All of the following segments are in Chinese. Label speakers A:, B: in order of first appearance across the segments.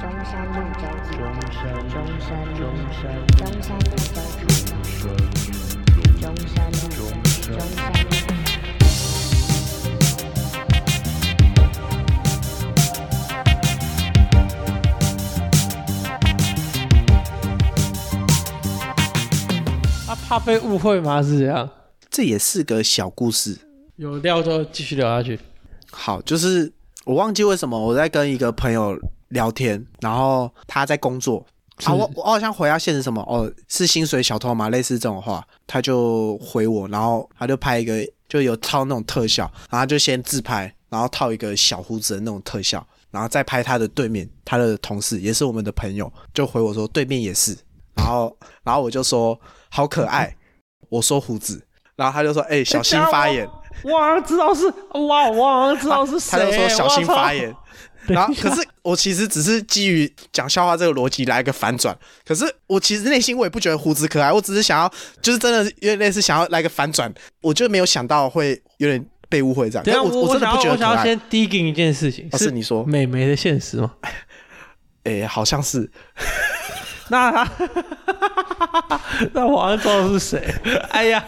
A: 中山路中
B: 中山路
A: 中山路
B: 中山路
A: 中山路中中山路中山路。
C: 啊，怕被误会吗？是这样，
D: 这也是个小故事。
C: 有料就继续聊下去。
D: 好，就是我忘记为什么我在跟一个朋友聊天，然后他在工作
C: 是
D: 啊，我我好像回他现实什么哦，是薪水小偷吗？类似这种话，他就回我，然后他就拍一个就有套那种特效，然后他就先自拍，然后套一个小胡子的那种特效，然后再拍他的对面，他的同事也是我们的朋友，就回我说对面也是，然后然后我就说好可爱，我说胡子，然后他就说哎、小心发言。
C: 我好像知道是，哇，我好像知道是谁、
D: 他就说小心发
C: 我
D: 言
C: 操。。
D: 然后，可是我其实只是基于讲笑话这个逻辑来一个反转。可是我其实内心我也不觉得胡子可爱，我只是想要，就是真的有点类似想要来个反转，我就没有想到会有点被误会这样。
C: 等一下
D: 但我
C: 啊我
D: 真的
C: 想
D: 不觉
C: 要，我
D: 得可
C: 想要
D: 爱。
C: 先 digging 一件事情，
D: 哦是你说
C: 美眉的现实 吗？
D: 诶，哎好像是
C: 那他， 那我好像知道是 谁。哎呀，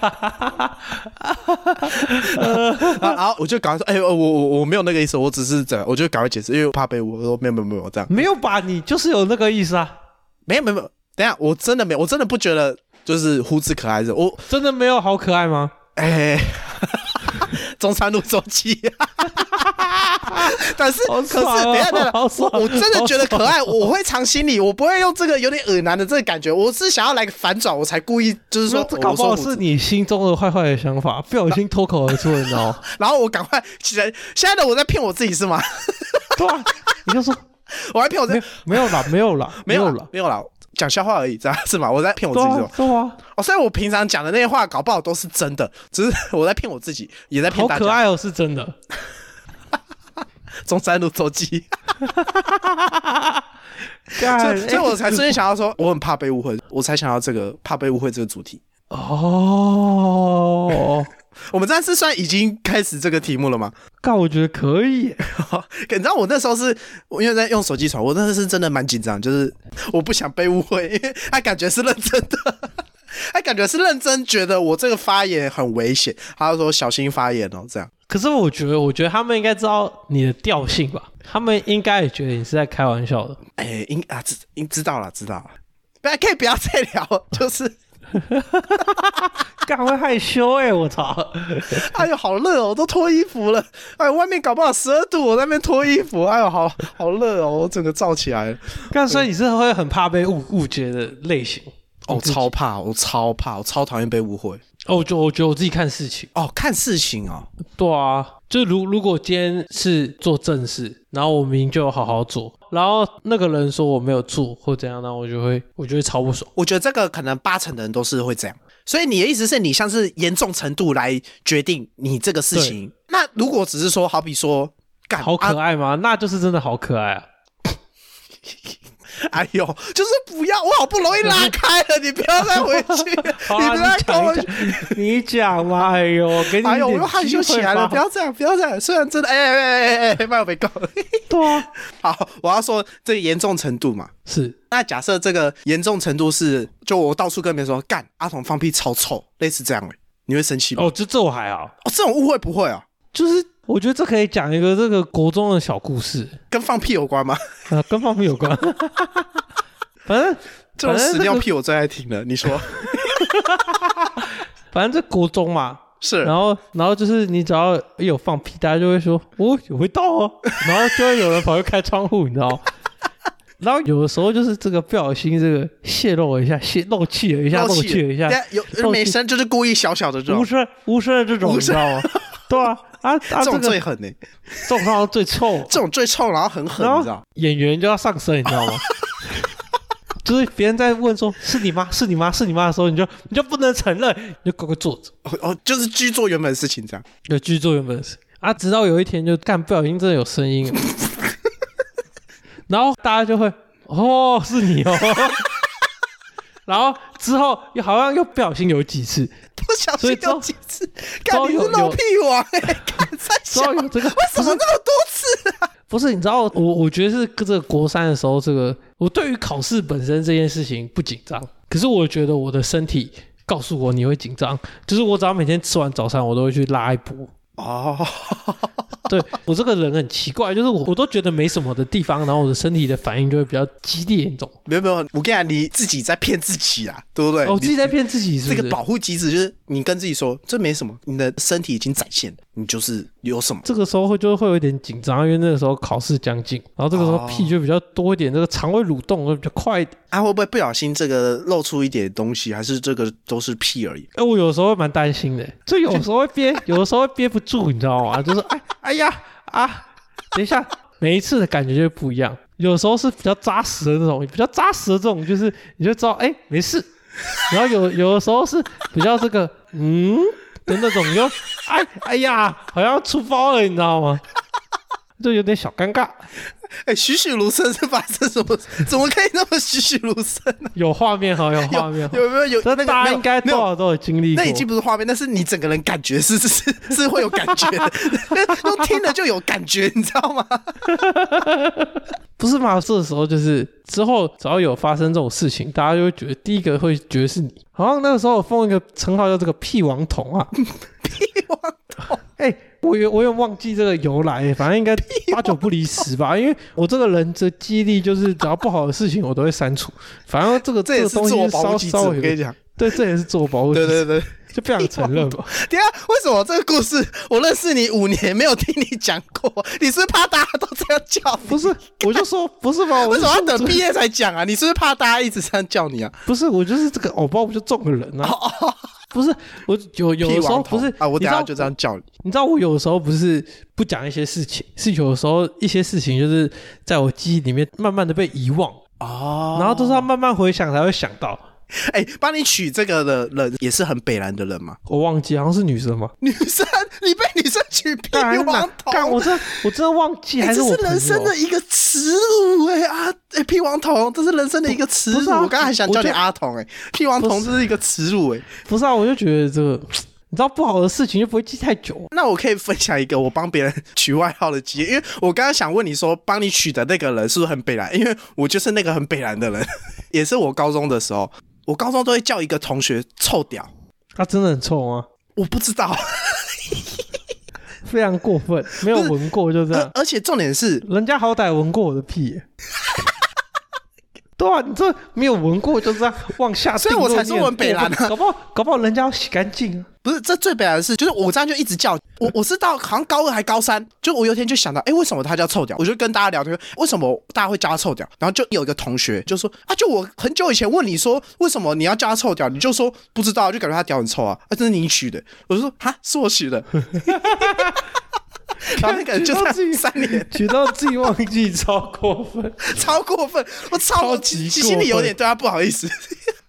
D: 然后然后我就赶快说，哎、我我我没有那个意思，我只是这样，我就赶快解释，因为我怕被误会。我说没有没有没有这样，
C: 没有吧？你就是有那个意思啊，
D: 没有没有没有。等一下，我真的没有，我真的不觉得就是胡子可爱是，我
C: 真的没有好可爱吗？
D: 哎、中山路周 记。但是，
C: 好
D: 可是，
C: 爽哦
D: 等一下，等一下，
C: 好爽
D: 我我真的觉得可爱，我会藏心里，我不会用这个有点恶男的这个感觉，我是想要来个反转，我才故意就是说
C: 那，这搞不
D: 我
C: 好
D: 说我
C: 是你心中的坏坏的想法，不小心脱口而出，你知 道吗？
D: 然后我赶快起来，现在的我在骗我自己是吗？
C: 对啊，你就说
D: 我还骗我自
C: 没
D: 己
C: 有，没有啦，没有啦，
D: 没
C: 有
D: 有
C: 啦
D: 了，，没有了，讲笑话而已，这样是吗？我在骗我自
C: 对
D: 己是吗
C: 啊？，对啊，
D: 哦，所以我平常讲的那些话，搞不好都是真的，只是我在骗我自己，也在骗
C: 好
D: 大
C: 可
D: 家。
C: 爱哦，是真的。
D: 中山路周记，所
C: 干
D: 以所以我才
C: 哎
D: 瞬间想要说，我很怕被误会，我才想要这个怕被误会这个主题。
C: 哦，
D: 我们这次算已经开始这个题目了吗？
C: 干，我觉得可以耶。
D: 你知道我那时候是，我因为在用手机传，我那时候是真的蛮紧张，就是我不想被误会，因为他感觉是认真的，他感觉是认真，觉得我这个发言很危险，他就说小心发言哦，这样。
C: 可是我觉得，我觉得他们应该知道你的调性吧？他们应该也觉得你是在开玩笑的。
D: 哎，应啊知应知道了，知道了，不然可以不要再聊，就是
C: 干会害羞哎、我操！
D: 哎呦好热哦，我都脱衣服了，哎外面搞不好十二度，我在那边脱衣服，哎呦好好热哦，我整个燥起来了。
C: 干，所以你是会很怕被误误解的类型。
D: 哦，
C: 你自己
D: 超怕，我超怕，我超讨厌被误会。
C: 哦，我觉得我觉得我自己看事情。
D: 哦，看事情哦，
C: 对啊，就如如果今天是做正事，然后我明明就有好好做，然后那个人说我没有做或怎样，那我就会我就会超不爽。
D: 我觉得这个可能八成的人都是会这样。所以你的意思是你像是严重程度来决定你这个事情？那如果只是说，好比说，干
C: 好可
D: 啊，
C: 爱吗？那就是真的好可爱啊！
D: 哎呦，就是不要，我好不容易拉开了，你不要再回去，
C: 好
D: 你
C: 啊，
D: 不
C: 你讲
D: 要再跟我
C: 一。讲， 你讲嘛！哎 呦，我给你一点机会吧，
D: 哎呦，我又害羞起来了，不要这样，不要这样。虽然真的，哎哎哎哎哎，麦我被告。
C: 对啊，
D: 好，我要说这个严重程度嘛。
C: 是
D: 那假设这个严重程度是，就我到处跟别人说，干阿童放屁超臭，类似这样的，你会生气吗？
C: 哦，这这我还好，
D: 哦，这种误会不会啊，
C: 就是我觉得这可以讲一个这个国中的小故事，
D: 跟放屁有关吗？
C: 啊，跟放屁有关。 反正
D: 这种
C: 反
D: 屎尿
C: 正这个
D: 屁我最爱听了，你说
C: 反正这国中嘛，
D: 是
C: 然？后然后就是你只要一有放屁，大家就会说哦有味道 哦，然后就会有人跑去开窗户，你知道吗。然后有的时候就是这个不小心这个泄露了一下，泄漏气了一下，
D: 漏
C: 漏气了一下，
D: 等有
C: 漏气
D: 美声就是故意小小的这
C: 无
D: 种，
C: 声无声的这种，
D: 无
C: 你知
D: 声
C: 道 吗？对啊，啊啊，
D: 这
C: 这
D: 种
C: 个
D: 最狠呢、
C: 这种方最臭，
D: 这种最臭，然后很狠
C: 然，
D: 你知道
C: 后？演员就要上身，你知道 吗？就是别人在问说“是你吗？是你吗？是你吗”的时候，你就你就不能承认，你就乖乖坐着，
D: 哦哦，就是居做原本的事情这样。
C: 就继续做原本的事啊。直到有一天就干不小心真的有声音了， 然后大家就会哦是你哦， 然后之后又好像又不小心有几次，
D: 不小
C: 所以
D: 心
C: 之后
D: 有几次，
C: 之
D: 看
C: 后
D: 你是
C: 有
D: 漏
C: 有
D: 屁王哎、欸，看三
C: 之
D: 小，
C: 后有
D: 为
C: 这个
D: 什么那么多次啊？
C: 不是，你知道，我我觉得是这个国三的时候，这个我对于考试本身这件事情不紧张，可是我觉得我的身体告诉我你会紧张，就是我只要每天吃完早餐，我都会去拉一波。
D: 哦，
C: 对我这个人很奇怪，就是我我都觉得没什么的地方，然后我的身体的反应就会比较激烈一种。
D: 没有没有，我跟你讲，你自己在骗自己啊，对不对？
C: 哦，我自己
D: 你
C: 在骗自己是不
D: 这
C: 是，
D: 个保护机制就是你跟自己说，这没什么，你的身体已经展现了，你就是有什么。
C: 这个时候会就会有一点紧张，因为那个时候考试将近，然后这个时候
D: 哦
C: 屁就比较多一点，这个肠胃蠕动会比较快一点。
D: 啊，会不会不小心这个露出一点东西，还是这个都是屁而已？
C: 哎、我有时候会蛮担心的，就有时候会憋，有的时候会憋不住，你知道吗？就是哎哎呀啊，等一下，每一次的感觉就不一样。有时候是比较扎实的那种，比较扎实的这种，就是你就知道哎、没事。然后有有的时候是比较这个嗯的那种，你就哎哎呀，好像要出包了，你知道吗？就有点小尴尬，
D: 哎、栩栩如生是发生什么？怎么可以那么栩栩如生呢、
C: 有画面哈，有画面哈。
D: 有没有有
C: 这
D: 那个
C: 大家
D: 没有
C: 应该
D: 没
C: 多
D: 有？
C: 少都有经历过。
D: 那已经不是画面，但是你整个人感觉是是是是会有感觉的， 用听了就有感觉，你知道吗？
C: 不是嘛？这时候就是之后，只要有发生这种事情，大家就会觉得第一个会觉得是你。好像那个时候我封一个称号叫这个“屁王童”啊， 哎、我有我有忘记这个由来，反正应该八九不离十吧。因为我这个人的记忆力就是，只要不好的事情我都会删除。反正这个
D: 这也
C: 个
D: 是
C: 东
D: 自
C: 西
D: 我
C: 是
D: 保护
C: 稍
D: 机制。
C: 稍
D: 我
C: 微有
D: 跟你讲，
C: 对，这也是自我保护机
D: 对
C: 制，
D: 对对。
C: 就不想承认 吧。
D: 等一下，为什么这个故事我认识你五年没有听你讲过？你是不是怕大家都这样叫你？
C: 不是，我就说不是嘛，我
D: 为
C: 就
D: 什么要
C: 说
D: 等毕业才讲啊？你是不是怕大家一直这样叫你啊？
C: 不是，我就是这个偶包，我就中个人啊。不是，我有有的
D: 哦屁
C: 时候
D: 王头
C: 不是
D: 啊，我
C: 你知
D: 等一下
C: 道
D: 就这样叫你。
C: 你知道我有时候不是不讲一些事情，是有时候一些事情就是在我记忆里面慢慢的被遗忘，
D: 哦
C: 然后都是要慢慢回想才会想到。
D: 哎，帮你取这个的人也是很北蓝的人嘛？
C: 我忘记好像是女生吗？
D: 女生，你被女生取 屁
C: 干
D: 王头，啊
C: 干我真的我真的忘记，
D: 哎
C: 还
D: 这
C: 我
D: 是
C: 朋友
D: 人生的一个耻辱哎、啊！哎、屁王童，这是人生的一个耻
C: 不是
D: 辱。
C: 啊
D: 我刚才还想
C: 我
D: 叫你
C: 就
D: 阿童哎、屁王
C: 不
D: 童
C: 是
D: 这是一个耻辱哎、
C: 不是啊？我就觉得这个，你知道不好的事情就不会记太久。
D: 那我可以分享一个我帮别人 取外号的经验，因为我刚刚想问你说，帮你取的那个人是不是很北蓝？因为我就是那个很北蓝的人， 也是我高中的时候，我高中都会叫一个同学臭屌，
C: 他、啊真的很臭吗？
D: 我不知道，
C: 非常过分，没有
D: 不是
C: 闻过就这样
D: 而。而且重点是，
C: 人家好歹闻过我的屁、 耶对啊，你这没有闻过就这样往下定
D: 所以
C: 论
D: 我
C: 念，
D: 才说我很北蓝啊
C: 对搞不好搞不好人家要洗干净啊。
D: 不是这最北蓝的是，就是我这样就一直叫，我我是到好像高二还高三，就我有一天就想到，哎、为什么他叫臭屌？我就跟大家聊天，为什么大家会叫他臭屌？然后就有一个同学就说，啊，就我很久以前问你说为什么你要叫他臭屌，你就说不知道，就感觉他屌很臭啊，啊，这是你取的。我就说，哈，是我取的。然后那个人就这样三年，
C: 举到自己忘记，超过分。
D: 超过分，我超
C: 超
D: 我
C: 级
D: 其
C: 过分
D: 心里有点对他不好意思。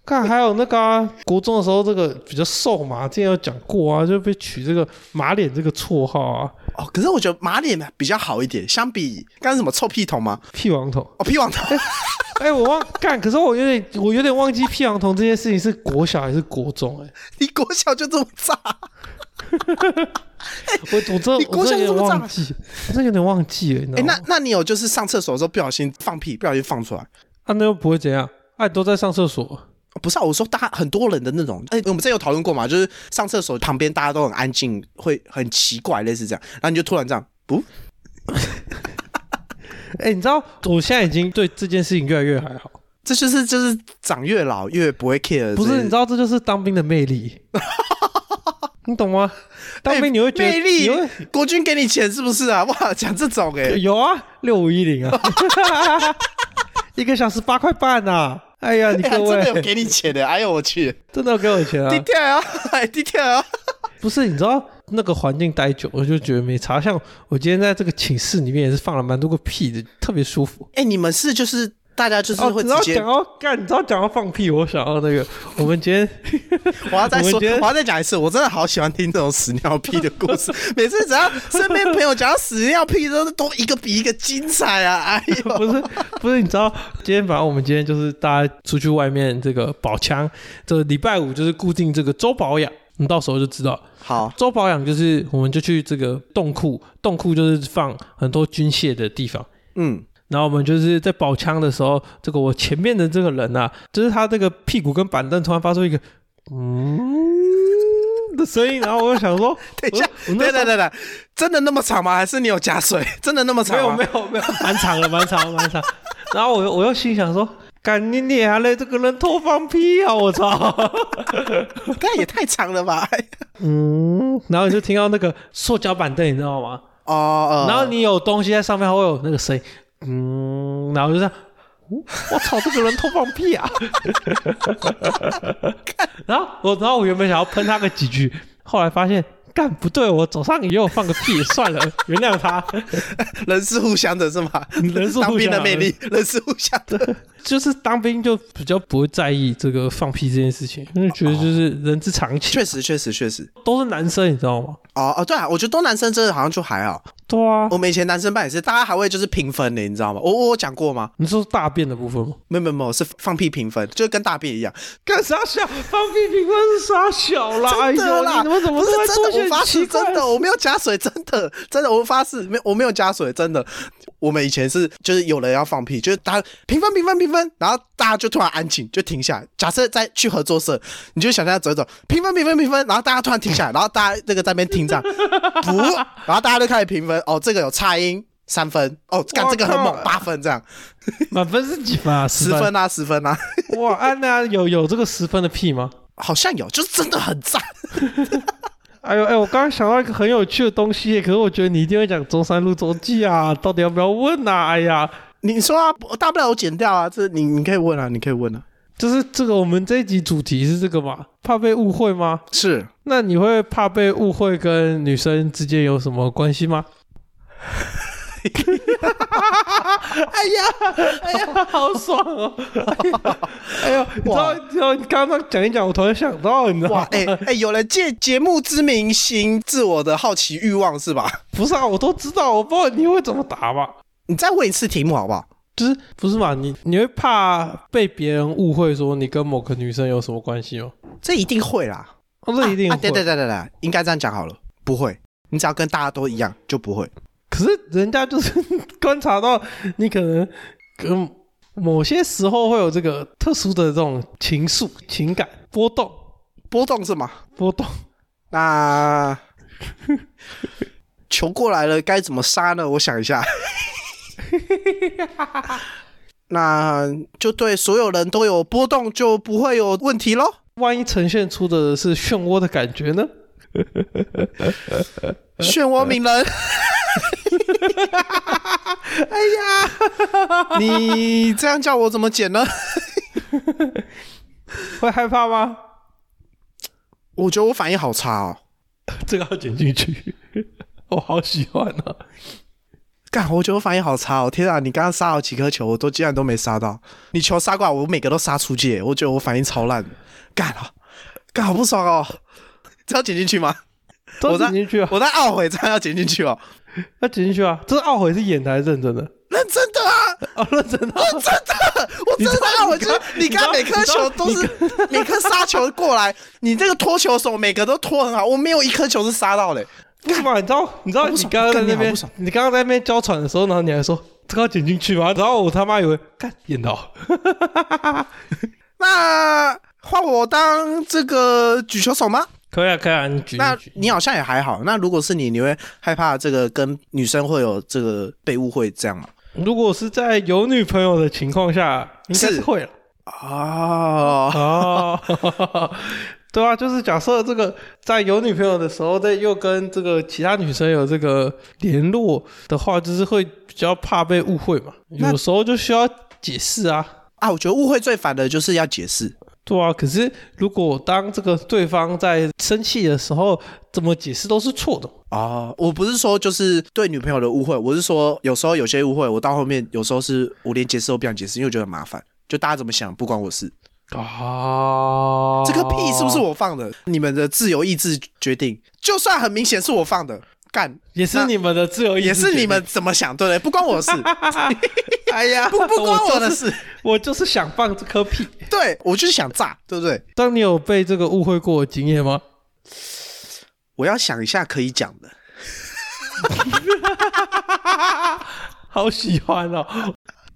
C: 看，还有那个、啊、国中的时候，这个比较瘦嘛，之前有讲过啊，就被取这个“马脸”这个绰号啊，
D: 哦，可是我觉得马脸比较好一点，相比刚才什么臭屁桶吗？
C: 屁王头。
D: 哦，屁王头。
C: 哎、我忘干，可是我有点，我有点忘记屁王头这件事情是国小还是国中、哎，
D: 你国小就这么炸？
C: 我我真
D: 你
C: 的我
D: 国小
C: 真的有点
D: 是怎么长
C: 忘记，我真的有点忘记了，你知道吗？
D: 哎、那那你有就是上厕所的时候不小心放屁，不小心放出来？
C: 啊，那又不会怎样，啊，你都在上厕所，
D: 哦不是、啊，我说大家很多人的那种，哎、我们之前有讨论过嘛，就是上厕所旁边大家都很安静，会很奇怪，类似这样，然后你就突然这样，不，
C: 哎、你知道我现在已经对这件事情越来越还好，
D: 这就是就是长越老越不会 care，
C: 不
D: 这
C: 是？
D: 些
C: 你知道这就是当兵的魅力， 你懂吗？当兵你会觉得、
D: 哎魅力
C: 你会，
D: 国军给你钱是不是啊？哇，讲这种哎、
C: 有啊，六五一零啊， 一个小时八块半啊！哎呀，你
D: 哎还
C: 各
D: 真
C: 位、
D: 的有给你钱的，哎呦我去
C: 真的有给我钱啊！
D: ，detail 啊哎，detail 啊，
C: 不是，你知道那个环境待久，我就觉得没差。像我今天在这个寝室里面也是放了蛮多个屁的，特别舒服。
D: 哎、你们是就是大家就是
C: 哦，
D: 会
C: 你知
D: 直
C: 道
D: 接
C: 讲到干，你知道讲到放屁，我想到那个，我们今天
D: 我要再说，
C: 我觉得
D: 我要再讲一次，我真的好喜欢听这种屎尿屁的故 事。每次只要身边朋友讲到屎尿屁，都都一个比一个精彩啊！哎 呦，
C: 不是不是，你知道，今天反正我们今天就是大家出去外面这个保枪，这个礼拜五就是固定这个周保养。你到时候就知道。
D: 好，
C: 周保养就是，我们就去这个洞库，洞库就是放很多军械的地方。
D: 嗯，
C: 然后我们就是在保枪的时候，这个我前面的这个人啊，就是他这个屁股跟板凳突然发出一个嗯的声音，然后我就想说，
D: 等一下
C: 我，我
D: 等
C: 那
D: 等
C: 时候
D: 等等，等真的那么长吗？还是你有加水？真的那么长
C: 没有
D: 吗
C: 没有没有， 蛮长的，蛮长的，蛮长。然后我又我又心想说，干你娘嘞，这个人偷放屁啊！我操！
D: 但也太长了吧？
C: 嗯，然后你就听到那个塑胶板凳，你知道吗？
D: 哦哦，
C: 然后你有东西在上面，它会有那个声音，嗯，然后就这样， 哦我操，这个人偷放屁啊！ 然后我，然后我原本想要喷他个几句，后来发现干不对，我手上也有放个屁，算了，原谅他。
D: 人是互相的，是吗？
C: 人是互相的
D: 当兵的魅力，人是互相的。
C: 就是当兵就比较不会在意这个放屁这件事情，因为觉得就是人之常情，
D: 确实，确实，确实。
C: 都是男生，你知道吗？
D: 哦哦，对啊，我觉得多男生真的好像就还好。
C: 对啊，
D: 我们以前男生班也是，大家还会就是评分的，你知道吗？我我我讲过吗？
C: 你说大便的部分吗？
D: 没有没有没有，是放屁评分，就跟大便一样。
C: 干啥小放屁评分是傻小啦？
D: 真的啦，
C: 哎呦你们怎么
D: 不是
C: 在做
D: 真的？
C: 些
D: 我发
C: 奇
D: 誓，
C: 怪
D: 真的，我没有加水，真的， 真的，我发誓，没有，我没有加水，真的。我们以前是，就是有人要放屁，就是大家评分评分评分，然后大家就突然安静，就停下来。假设在去合作社，你就想象走一走，评分评分评分，然后大家突然停下来，然后大家那个在那边听 这样，不，然后大家就开始评分。哦，这个有差音三分，哦，干
C: 我
D: 这个很猛
C: 靠
D: 八分这样，
C: 满分是几分啊？
D: 十分啊十分啊，
C: 哇，安娜有有这个十分的屁吗？
D: 好像有，就是真的很赞。
C: 哎呦哎，我刚刚想到一个很有趣的东西耶，可是我觉得你一定会讲中山路周记啊，到底要不要问啊？哎呀，
D: 你说啊，我大不了我剪掉啊，这你你可以问啊，你可以问啊，
C: 就是这个我们这一集主题是这个嘛，怕被误会吗？
D: 是。
C: 那你会怕被误会跟女生之间有什么关系吗？
D: 哎呀，
C: 哎呀， 好爽哦！哎呦， 你知道，
D: 哇
C: 你知道，你刚刚讲一讲，我突然想到，你知道
D: 哇
C: 吗，？
D: 哎、哎、有人借节目之名行自我的好奇欲望是吧？
C: 不是啊，我都知道，我不知道你会怎么答吧？
D: 你再问一次题目好不好？
C: 就是不是嘛？你你会怕被别人误会说你跟某个女生有什么关系吗？
D: 这一定会啦，
C: 哦，这一定
D: 啊
C: 会。
D: 啊！对对对对对，应该这样讲好了，不会。你只要跟大家都一样就不会。
C: 可是人家就是 观察到你可能跟某些时候会有这个特殊的这种情愫、情感波动、
D: 波动是吗？
C: 波动。
D: 那球过来了，该怎么杀呢？我想一下。 那就对所有人都有波动，就不会有问题喽。
C: 万一呈现出的是漩涡的感觉呢？
D: 漩涡鸣人， 哎呀，你这样叫我怎么剪呢？
C: 会害怕吗？
D: 我觉得我反应好差哦，
C: 这个要剪进去， 我好喜欢啊！
D: 干，我觉得我反应好差哦！天啊，你刚刚杀好几颗球，我都竟然都没杀到。你球杀过来，我每个都杀出界，我觉得我反应超烂的，干啊，干好不爽哦！这要剪进去吗？
C: 都
D: 我在
C: 剪进去啊！
D: 我在懊悔，这样要剪进去哦。
C: 要剪进去啊！这是懊悔是演的还是认真的？
D: 认真的啊，
C: 哦， 认真的。
D: 真的，我真的在懊悔，就是你刚刚每颗球都是每颗杀球过来，你这个拖球手每个都拖很好，我没有一颗球是杀到嘞。
C: 不是嘛？你知道，你知道
D: 好不
C: 你啊
D: 爽
C: 刚刚在那
D: 干你好
C: 边
D: 不爽，
C: 你刚刚在那边娇喘的时候，然后你还说这个要剪进去吗？然后我他妈以为干演的哦，
D: 那换我当这个举球手吗？
C: 可以啊，可以啊，你举
D: 那
C: 你举
D: 你好像也还好。那如果是你，你会害怕这个跟女生会有这个被误会这样吗？
C: 如果是在有女朋友的情况下，应该是
D: 是
C: 会了。
D: 哦，
C: 哦， 对啊，就是假设这个在有女朋友的时候，在又跟这个其他女生有这个联络的话，就是会比较怕被误会嘛。
D: 那
C: 有时候就需要解释啊，
D: 啊，我觉得误会最烦的就是要解释。
C: 对啊。可是如果当这个对方在生气的时候，怎么解释都是错的。
D: 哦，我不是说就是对女朋友的误会，我是说有时候有些误会，我到后面有时候是我连解释都不想解释，因为我觉得很麻烦。就大家怎么想不关我事，
C: 啊，
D: 哦这个屁是不是我放的？你们的自由意志决定，就算很明显是我放的，干
C: 也是
D: 那
C: 你们的自由意志
D: 也是
C: 决
D: 你
C: 定
D: 们怎么想，对不对？不关我的事，
C: 哎呀，
D: 不不关我的
C: 就是
D: 事，
C: 我就是想放这颗屁。
D: 对我就是想炸，对不对？
C: 当你有被这个误会过的经验吗？
D: 我要想一下可以讲的。
C: 好喜欢哦！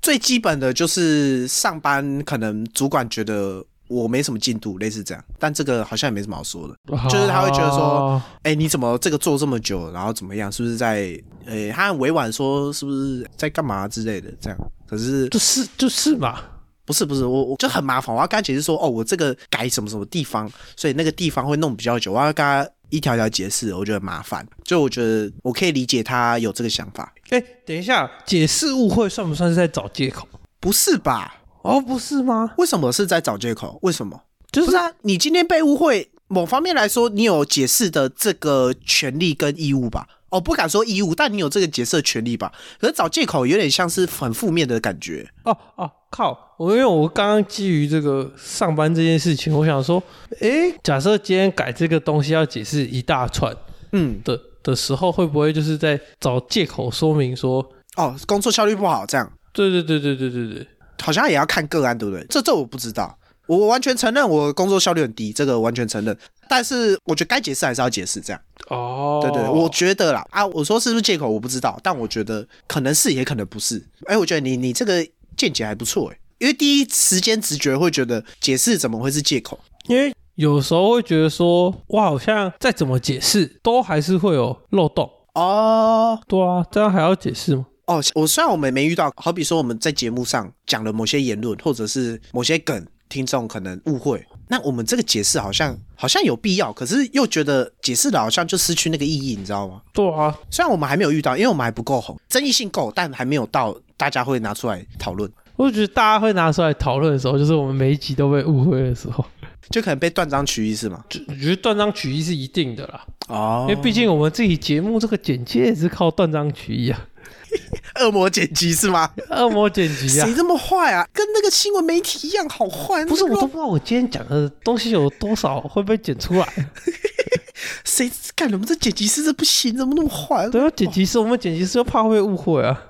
D: 最基本的就是上班，可能主管觉得我没什么进度，类似这样。但这个好像也没什么好说的，就是他会觉得说
C: 哦，
D: 哎、你怎么这个做这么久，然后怎么样？是不是在……呃、他很委婉说是不是在干嘛之类的，这样。可是
C: 就是就是嘛，
D: 不是不是，我我就很麻烦，我要跟他解释说，哦，我这个改什么什么地方，所以那个地方会弄比较久，我要跟他一条条解释，我觉得很麻烦。就我觉得我可以理解他有这个想法，
C: 哎、等一下，解释误会算不算是在找借口？
D: 不是吧？
C: 哦，不是吗？
D: 为什么是在找借口？为什么？
C: 就
D: 不
C: 是
D: 是啊，你今天被误会，某方面来说，你有解释的这个权利跟义务吧？哦，不敢说义务，但你有这个解释的权利吧？可是找借口有点像是很负面的感觉。
C: 哦哦，靠！我因为我刚刚基于这个上班这件事情，我想说，哎、假设今天改这个东西要解释一大串
D: 嗯，
C: 的的时候，会不会就是在找借口说明说，
D: 哦，工作效率不好，这样
C: 对对对对对对对，
D: 好像也要看个案，对不对？这这我不知道，我我完全承认我工作效率很低，这个完全承认。但是我觉得该解释还是要解释，这样
C: 哦，
D: 对对，我觉得啦啊，我说是不是借口我不知道，但我觉得可能是也可能不是。哎、我觉得你你这个见解还不错哎、因为第一时间直觉会觉得解释怎么会是借口？
C: 因为有时候会觉得说，哇，好像再怎么解释，都还是会有漏洞。
D: 哦
C: 对啊，这样还要解释吗？
D: 哦，我虽然我们没遇到，好比说我们在节目上讲了某些言论，或者是某些梗，听众可能误会，那我们这个解释好像好像有必要，可是又觉得解释了好像就失去那个意义，你知道吗？
C: 对啊，
D: 虽然我们还没有遇到，因为我们还不够红，争议性够，但还没有到大家会拿出来讨论。
C: 我觉得大家会拿出来讨论的时候，就是我们每一集都被误会的时候。
D: 就可能被断章取义是吗？
C: 就我觉得断章取义是一定的啦，
D: 哦
C: 因为毕竟我们自己节目这个剪接也是靠断章取义啊，
D: 恶魔剪辑是吗？
C: 恶魔剪辑啊
D: 谁。这么坏啊？跟那个新闻媒体一样好坏？
C: 不是，
D: 那
C: 我
D: 个
C: 都不知道我今天讲的东西有多少会被剪出来。
D: 谁干？我们这剪辑师这不行，怎么那么坏？
C: 对啊，剪辑师，我们剪辑师又怕会误会啊。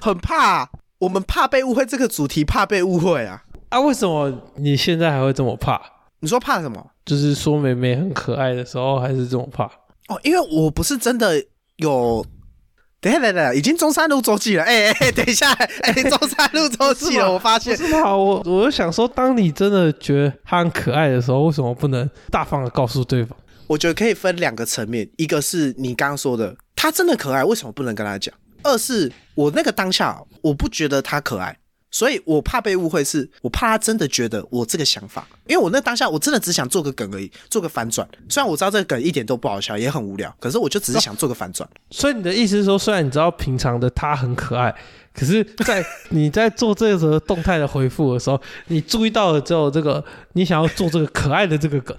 D: 很怕、啊我们怕被误会，这个主题怕被误会啊！
C: 啊，为什么你现在还会这么怕？
D: 你说怕什么？
C: 就是说妹妹很可爱的时候还是这么怕？
D: 哦，因为我不是真的有。等一下，等一下，已经中山路周记了。哎、哎、哎，等一下，哎、中山路周 记
C: 不是
D: 了，
C: 吗
D: 我发现
C: 是吗？我我就想说，当你真的觉得他很可爱的时候，为什么不能大方的告诉对方？
D: 我觉得可以分两个层面，一个是你刚刚说的，他真的可爱，为什么不能跟他讲？二是我那个当下，我不觉得他可爱，所以我怕被误会是，我怕他真的觉得我这个想法，因为我那当下我真的只想做个梗而已，做个反转。虽然我知道这个梗一点都不好笑，也很无聊，可是我就只是想做个反转。
C: 所以你的意思是说，虽然你知道平常的他很可爱，可是在你在做这则动态的回复的时候，你注意到了之后，这个你想要做这个可爱的这个梗，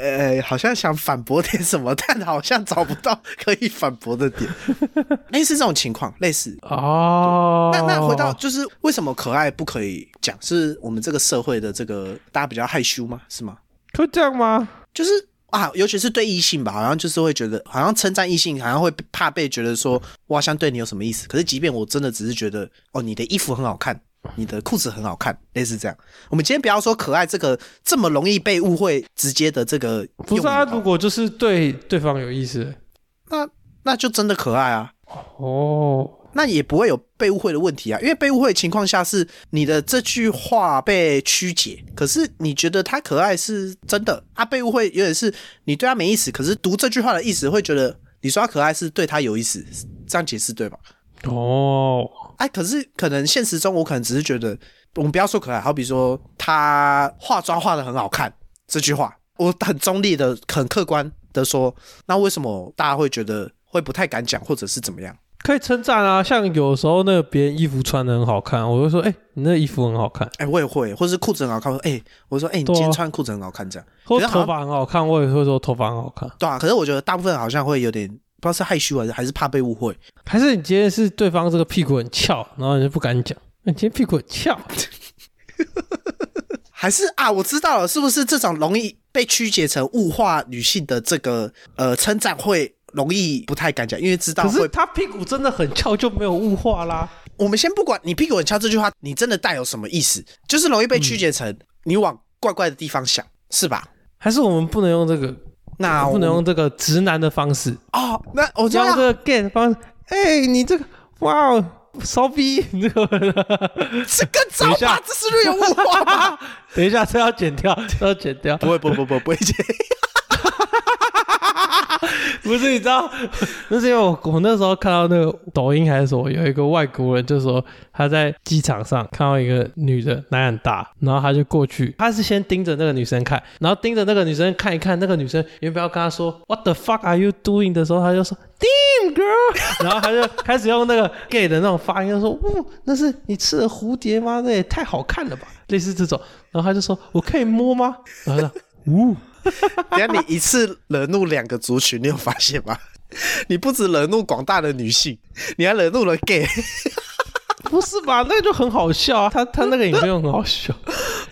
D: 呃，好像想反驳点什么，但好像找不到可以反驳的点， 类似这种情况，类似。
C: 哦，
D: 那那回到就是为什么可爱不可以讲？是我们这个社会的这个大家比较害羞吗？是吗？
C: 会这样吗？
D: 就是啊，尤其是对异性吧，好像就是会觉得，好像称赞异性，好像会怕被觉得说，我好像对你有什么意思。可是即便我真的只是觉得，哦，你的衣服很好看，你的裤子很好看，类似这样。我们今天不要说可爱这个这么容易被误会直接的这个用语好，
C: 不是啊，如果就是对对方有意思，
D: 那那就真的可爱啊。
C: 哦，
D: 那也不会有被误会的问题啊，因为被误会的情况下是你的这句话被曲解，可是你觉得他可爱是真的啊，被误会有点是你对他没意思，可是读这句话的意思会觉得你说他可爱是对他有意思，这样解释对吧？
C: 哦，
D: 哎、可是可能现实中我可能只是觉得，我们不要说可爱，好比说他化妆化的很好看这句话，我很中立的、很客观的说，那为什么大家会觉得会不太敢讲，或者是怎么样？
C: 可以称赞啊，像有时候那个别人衣服穿的很好看，我就说，哎、你那衣服很好看，
D: 哎、我也会，或是裤子很好看。我说哎、我说哎、你
C: 对啊
D: 今天穿裤子很好看，这样
C: 或
D: 可
C: 者
D: 是好像
C: 头发很好看，我也会说头发很好看。
D: 对啊。可是我觉得大部分好像会有点不知道是害羞还是还是怕被误会。
C: 还是你今天是对方这个屁股很翘，然后你就不敢讲，你今天屁股很 翘，
D: 还是啊，我知道了，是不是这种容易被曲解成物化女性的这个呃称赞会容易不太敢讲，因为知道
C: 可是
D: 会。
C: 他屁股真的很翘，就没有物化啦。
D: 我们先不管你屁股很翘这句话，你真的带有什么意思，就是容易被曲解成你往怪怪的地方想，是吧？
C: 还是我们不能用这个，
D: 那我
C: 不能用这个直男的方式，
D: 哦，那我知道
C: 用这个 gay 的方式。哎，你这个，哇哦，骚逼， 你这个，啊
D: 这个糟
C: 等一
D: 吧
C: 下，
D: 这是不是有物化吧？
C: 等一下，这要剪掉，这要剪掉。
D: 不会，不不不不会接。
C: 不是，你知道，那是因为我我那时候看到那个抖音还是什么，有一个外国人就说他在机场上看到一个女的奶很大，然后他就过去，他是先盯着那个女生看，然后盯着那个女生看一看，那个女生原本要跟他说 What the fuck are you doing 的时候，他就说 Damn girl，然后 他就开始用那个 gay 的那种发音，就说哦，那是你吃的蝴蝶吗？那也太好看了吧，类似这种，然后他就说我可以摸吗？然后他说呜。
D: 等一下你一次惹怒两个族群，你有发现吗？你不止惹怒广大的女性，你还惹怒了 gay，
C: 不是吧？那就很好笑啊！他他那个影片又很好笑，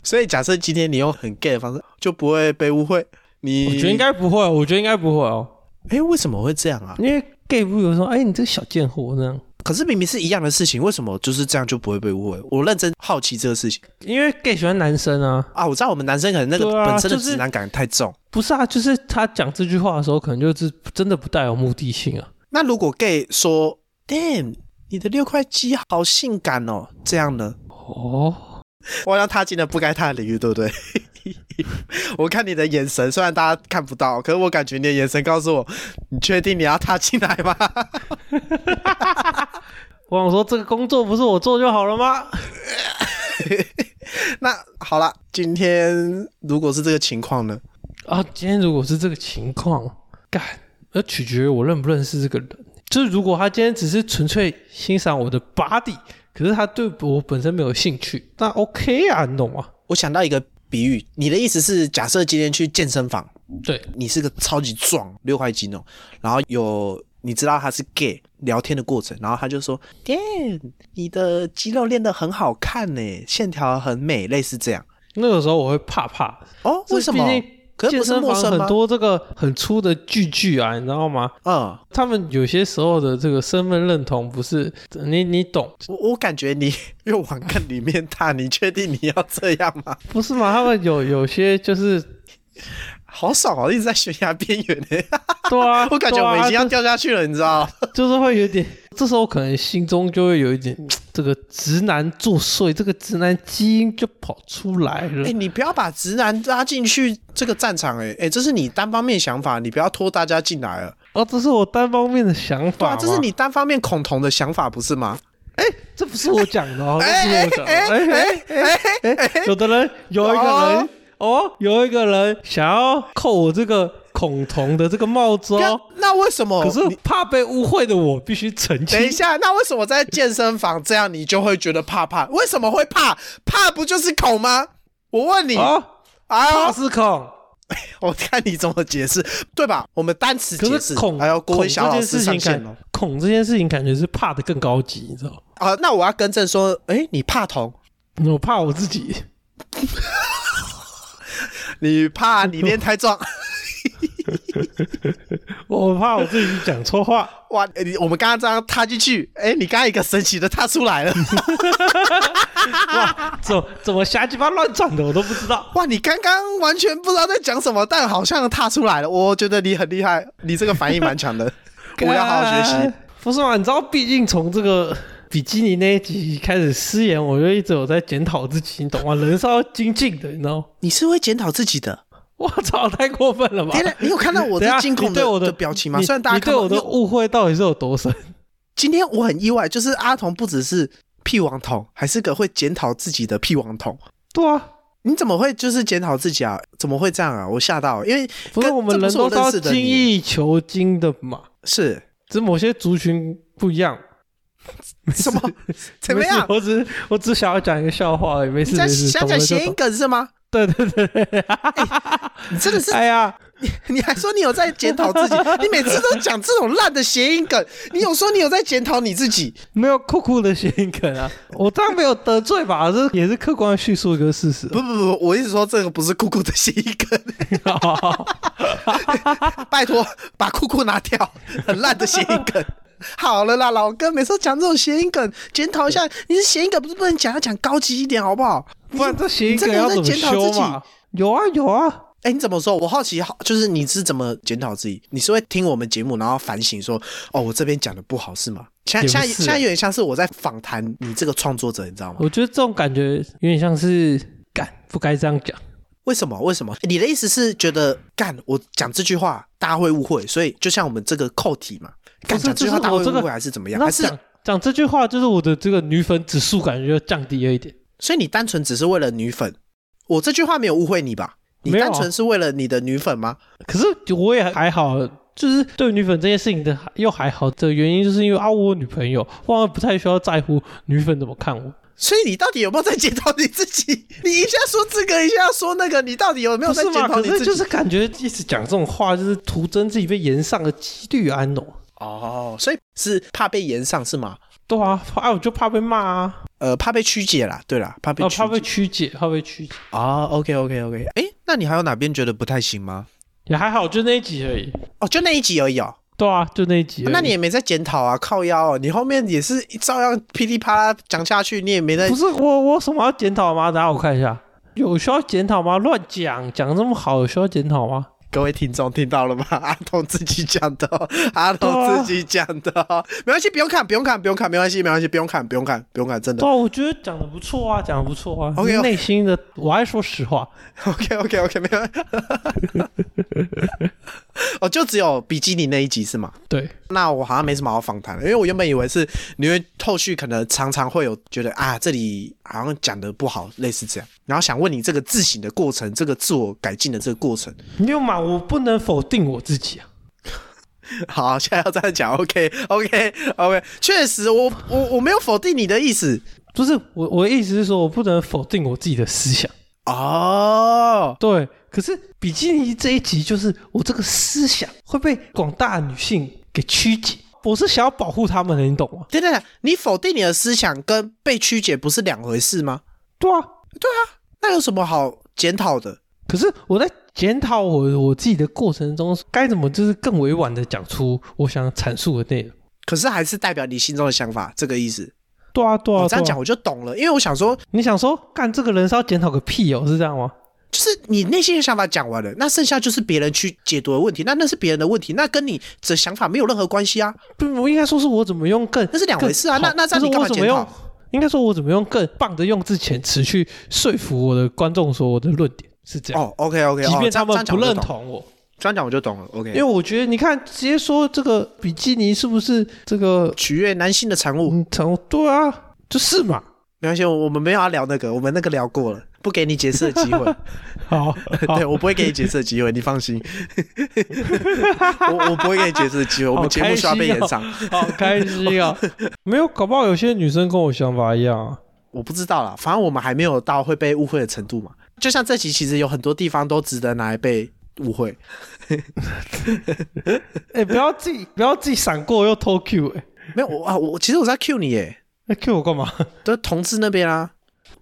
D: 所以假设今天你用很 gay 的方式，就不会被误会。你
C: 我觉得应该不会，我觉得应该不会哦，
D: 哎，为什么会这样啊？
C: 因为 gay 不有说，哎，你这个小贱货那样，
D: 可是明明是一样的事情，为什么就是这样就不会被误会？我认真好奇这个事情
C: 因为 gay 喜欢男生啊，
D: 啊！我知道我们男生可能那个
C: 对啊
D: 本身的
C: 就是
D: 直男感太重。
C: 不是啊，就是他讲这句话的时候，可能就是真的不带有目的性啊。
D: 那如果 gay 说 “damn”，你的六块肌好性感哦，这样呢？
C: 哦，
D: 我好像踏进了不该踏的领域，对不对？ 我看你的眼神，虽然大家看不到，可是我感觉你的眼神告诉我，你确定你要踏进来吗？
C: 我想说这个工作不是我做就好了吗？
D: 那好了，今天如果是这个情况呢？
C: 啊，今天如果是这个情况，干，那取决于我认不认识这个人。就是如果他今天只是纯粹欣赏我的 body，可是他对我本身没有兴趣，那 OK 啊，你懂吗？
D: 我想到一个比喻，你的意思是，假设今天去健身房，
C: 对，
D: 你是个超级壮六块肌那种，然后有你知道他是 gay 聊天的过程，然后他就说：“Damn，你的肌肉练得很好看呢，线条很美，类似这样。
C: 那个时候我会怕怕，”
D: 哦，为什么
C: 毕竟？
D: 可是
C: 健
D: 不是
C: 身
D: 陌
C: 房
D: 生吗
C: 很？多这个很粗的句句啊，你知道吗？
D: 嗯，
C: 他们有些时候的这个身份认同不是你你懂
D: 我我感觉你 越往更里面踏，你确定你要这样吗？
C: 不是吗？他 们有有些就是
D: 好爽哦，一直在悬崖边缘呢。，
C: 对啊
D: 我感觉
C: 对
D: 我们已经要
C: 啊
D: 掉下去了，你知 道？
C: 就就是会有点，这时候可能心中就会有一
D: 嗯
C: 点这个直男作祟，这个直男基因就跑出来了。
D: 哎、你不要把直男拉进去这个战场、哎哎、这是你单方面想法，你不要拖大家进来了。
C: 哦，这是我单方面的想
D: 对
C: 法
D: 啊，
C: 嘛，
D: 这是你单方面恐同的想法，不是吗？
C: 这不是我讲的 哦，这不是我讲的。哎哎哎
D: 欸
C: 哎，有的人有一个人哦，有一个人想要扣我这个孔同的这个帽子
D: 那
C: 哦，
D: 那为什么？
C: 可是
D: 你
C: 怕被误会的我必须澄
D: 等一
C: 清。
D: 下，那为什么在健身房这样你就会觉得怕怕？为什么会怕？怕不就是恐吗？我问你，
C: 哦，
D: 哎
C: 怕
D: 呦，
C: 是孔，
D: 我看你怎么解释，对吧？我们单词解
C: 可
D: 释
C: 是，孔
D: 还有郭
C: 孔
D: 文
C: 这
D: 霞老
C: 件
D: 师
C: 事
D: 上
C: 情
D: 线哦了
C: 感。孔这件事情感觉是怕的更高级，你知道吗？
D: 啊，那我要更正说，哎，你怕同，
C: 我怕我自己，
D: 你 怕你练太壮，
C: 我怕我自己讲错话。
D: 哇！哎你我们刚刚这样踏进去，哎，你刚刚一个神奇的踏出来了，
C: 哇，怎么怎么瞎鸡巴乱转的我都不知道。
D: 哇！你刚刚完全不知道在讲什么，但好像踏出来了。我觉得你很厉害，你这个反应蛮 强的，我要好好学习
C: 干。。不是嘛？你知道，毕竟从这个比基尼那一集开始失言，我就一直有在检讨自己，你懂吗？人是要精进的，你知道吗？
D: 你是会检讨自己的。
C: 我操，太过分了吧！
D: 天哪，你有看到 我
C: 等一
D: 这
C: 下
D: 惊恐
C: 你对我
D: 的
C: 的
D: 表情吗？
C: 你
D: 虽然大家
C: 你
D: 看
C: 对
D: 不
C: 我
D: 到
C: 的
D: 因为
C: 误会到底是有多深？
D: 今天我很意外，就是阿童不只是屁王童，还是个会检讨自己的屁王童。
C: 对啊，
D: 你怎么会就是检讨自己啊？怎么会这样啊？我吓到，因为
C: 不是
D: 跟
C: 我们人
D: 这
C: 都
D: 不是
C: 是
D: 我
C: 要
D: 认识的
C: 精
D: 你，
C: 益求精的嘛，
D: 是
C: 只是某些族群不一样。
D: 什么？怎么
C: 没事
D: 样？
C: 我只是我只想要讲一个笑话而已，没事
D: 你在
C: 没事。
D: 想
C: 懂了
D: 讲
C: 就
D: 谐音
C: 懂
D: 梗是吗？
C: 对对对对对，
D: 你真的是，
C: 哎呀，
D: 你还说你有在检讨自己？你每次都讲这种烂的谐音梗，你有说你有在检讨你自己？
C: 没有酷酷的谐音梗啊， 我当然没有得罪吧，这也是客观叙述一个事实啊。
D: 不不不，我一直说这个不是酷酷的谐音梗。拜托把裤裤拿掉，很烂的谐音梗。好了啦，老哥，每次讲这种谐音梗，检讨一下，你是谐音梗不是不能讲，要讲高级一点好不好？
C: 不然这谐音
D: 你这
C: 梗
D: 个人
C: 要
D: 在
C: 怎么
D: 检讨
C: 修
D: 自己
C: 嘛？有啊有啊，
D: 哎，你怎么说？我好奇，好就是你是怎么检讨自己？你是会听我们节目，然后反省说，哦，我这边讲的不好是吗？现在
C: 也不
D: 现在
C: 是啊
D: 现在有点像是我在访谈你这个创作者，你知道吗？
C: 我觉得这种感觉有点像是干不该这样讲，
D: 为什么？为什么？诶你的意思是觉得干我讲这句话大家会误会，所以就像我们这个扣题嘛，干
C: 不是
D: 讲这句话
C: 就是
D: 大家会
C: 我这个
D: 误会还是怎么样？
C: 那
D: 还是
C: 讲讲这句话，就是我的这个女粉指数感觉就降低了一点。
D: 所以你单纯只是为了女粉？我这句话没有误会你吧？你
C: 没有啊
D: 单纯是为了你的女粉吗？
C: 可是我也还好，就是对女粉这件事情的又还好的原因，就是因为啊，我有女朋友，我好像不太需要在乎女粉怎么看我。
D: 所以你到底有没有在检讨你自己？ 你一下说这个，一下说那个，你到底有没有
C: 不
D: 在
C: 是
D: 检
C: 嘛？
D: 讨
C: 可
D: 你
C: 是
D: 自己？
C: 就是感觉一直讲这种话，就是徒增自己被延上的几率安哦。
D: 哦，所以是怕被延上是吗？
C: 对啊，啊，我就怕被骂啊，
D: 呃，怕被曲解啦，对啦，怕被
C: 啊，
D: 曲
C: 怕被
D: 解
C: 曲解，怕被曲解，
D: 哦，OK OK OK，哎、那你还有哪边觉得不太行吗？
C: 也还好，就那一集而已。
D: 哦，就那一集而已哦。哦
C: 对啊，就那一集而已。
D: 那你也没在检讨啊，靠腰、哦，你后面也是照样噼里啪啦讲下去，你也没在
C: 不。是我，我有什么要检讨吗？等下我看一下，有需要检讨吗？乱讲，讲这么好，有需要检讨吗？
D: 各位听众听到了吗？ 阿童自己讲的哦、阿
C: 对
D: 童
C: 啊
D: 自己讲的哦、没关系，不用看，不用看，不用看，没关系，没关系，不用看，不用看，不用看，真的
C: 对。啊，我觉得讲的不错啊，讲的不错啊。
D: OK，OK
C: 是内心的，我爱说实话。
D: OK OK OK，没关系。 哦，就只有比基尼那一集是吗？
C: 对，
D: 那我好像没什么好访谈的，因为我原本以为是你会后续可能常常会有觉得啊，这里好像讲的不好，类似这样，然后想问你这个自省的过程，这个自我改进的这个过程。
C: 没有嘛，我不能否定我自己啊。
D: 好，现在要这样讲，OK OK OK，确实我，我我没有否定你的意思
C: 不是我，我的意思是说，我不能否定我自己的思想。
D: 哦。
C: 对，可是比基尼这一集就是我这个思想会被广大女性给曲解，我是想要保护她们的，你懂吗？
D: 对对对，你否定你的思想跟被曲解不是两回事吗？
C: 对啊，
D: 那有什么好检讨的？
C: 可是我在检讨我我自己的过程中，该怎么就是更委婉的讲出我想阐述的内容？
D: 可是还是代表你心中的想法，这个意思。
C: 对啊，对
D: 我、
C: 啊，
D: 哦这样
C: 对啊
D: 讲我就懂了，因为我想说，
C: 你想说干这个人是要检讨个屁哦，是这样吗？
D: 就是你内心的想法讲完了，那剩下就是别人去解读的问题，那那是别人的问题，那跟你的想法没有任何关系啊。
C: 不，我应该说是我怎么用更
D: 那是两回事啊
C: 更好
D: 那那这样
C: 就是
D: 你干嘛
C: 我怎么用
D: 检讨？
C: 应该说我怎么用更棒的用字遣词去说服我的观众说我的论点是这样，
D: 哦，OK OK，
C: 即便
D: 哦、这
C: 他
D: 样这
C: 们
D: 样
C: 不
D: 讲我就
C: 认
D: 懂了，
C: 同我。
D: 这样讲我就懂了。OK，
C: 因为我觉得，你看，直接说这个比基尼是不是这个
D: 取悦男性的产物，
C: 嗯疼？对啊，就是嘛。
D: 没关系，我我们没有要聊那个，我们那个聊过了，不给你解释的机会。
C: 好， 好
D: 对，我不会给你解释的机会，你 放心。我我不会给你解释的机
C: 哦
D: 会，我们节目需要被延上。
C: 好开心啊！没有，搞不好有些女生跟我想法一样啊。
D: 我不知道啦，反正我们还没有到会被误会的程度嘛。就像这集，其实有很多地方都值得拿来被误会。
C: 哎、不要自己不要自己闪过又偷 Q 哎、
D: 没有我啊，我其实我在 cue 你耶，
C: 那 Q 我干嘛？
D: 都是同志那边啊。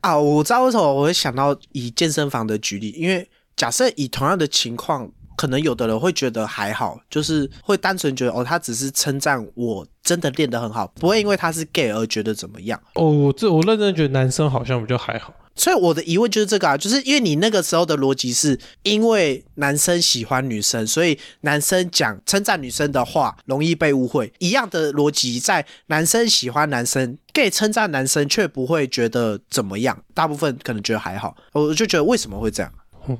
D: 啊，我知道为什么我会想到以健身房的举例，因为假设以同样的情况，可能有的人会觉得还好，就是会单纯觉得哦，他只是称赞我真的练得很好，不会因为他是 gay 而觉得怎么样。
C: 哦，我这我认真觉得男生好像比较还好。
D: 所以我的疑问就是这个啊，就是因为你那个时候的逻辑是因为男生喜欢女生，所以男生讲称赞女生的话容易被误会。一样的逻辑，在男生喜欢男生，gay 称赞男生却不会觉得怎么样，大部分可能觉得还好。我就觉得为什么会这样？
C: 哦，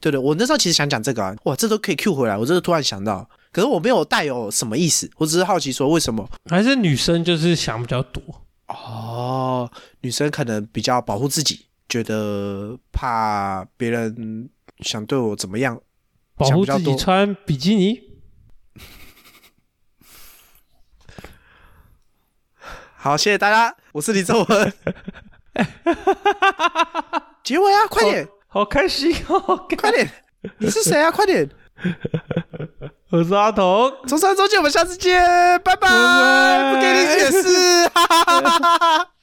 D: 对对，我那时候其实想讲这个啊，哇，这都可以 Q 回来，我这是突然想到，可是我没有带有什么意思，我只是好奇说为什么
C: 还是女生就是想比较多。
D: 哦，女生可能比较保护自己，觉得怕别人想对我怎么样。
C: 保护自
D: 想比较
C: 己
D: 多
C: 穿比基尼，
D: 好，谢谢大家，我是李正文。结尾啊，快点，
C: 好开心哦！
D: 快点，你是谁啊？快点，
C: 我是阿童，
D: 周三、周见，我们下次见，拜拜，
C: 拜拜
D: 不给你解释，哈哈哈哈哈哈。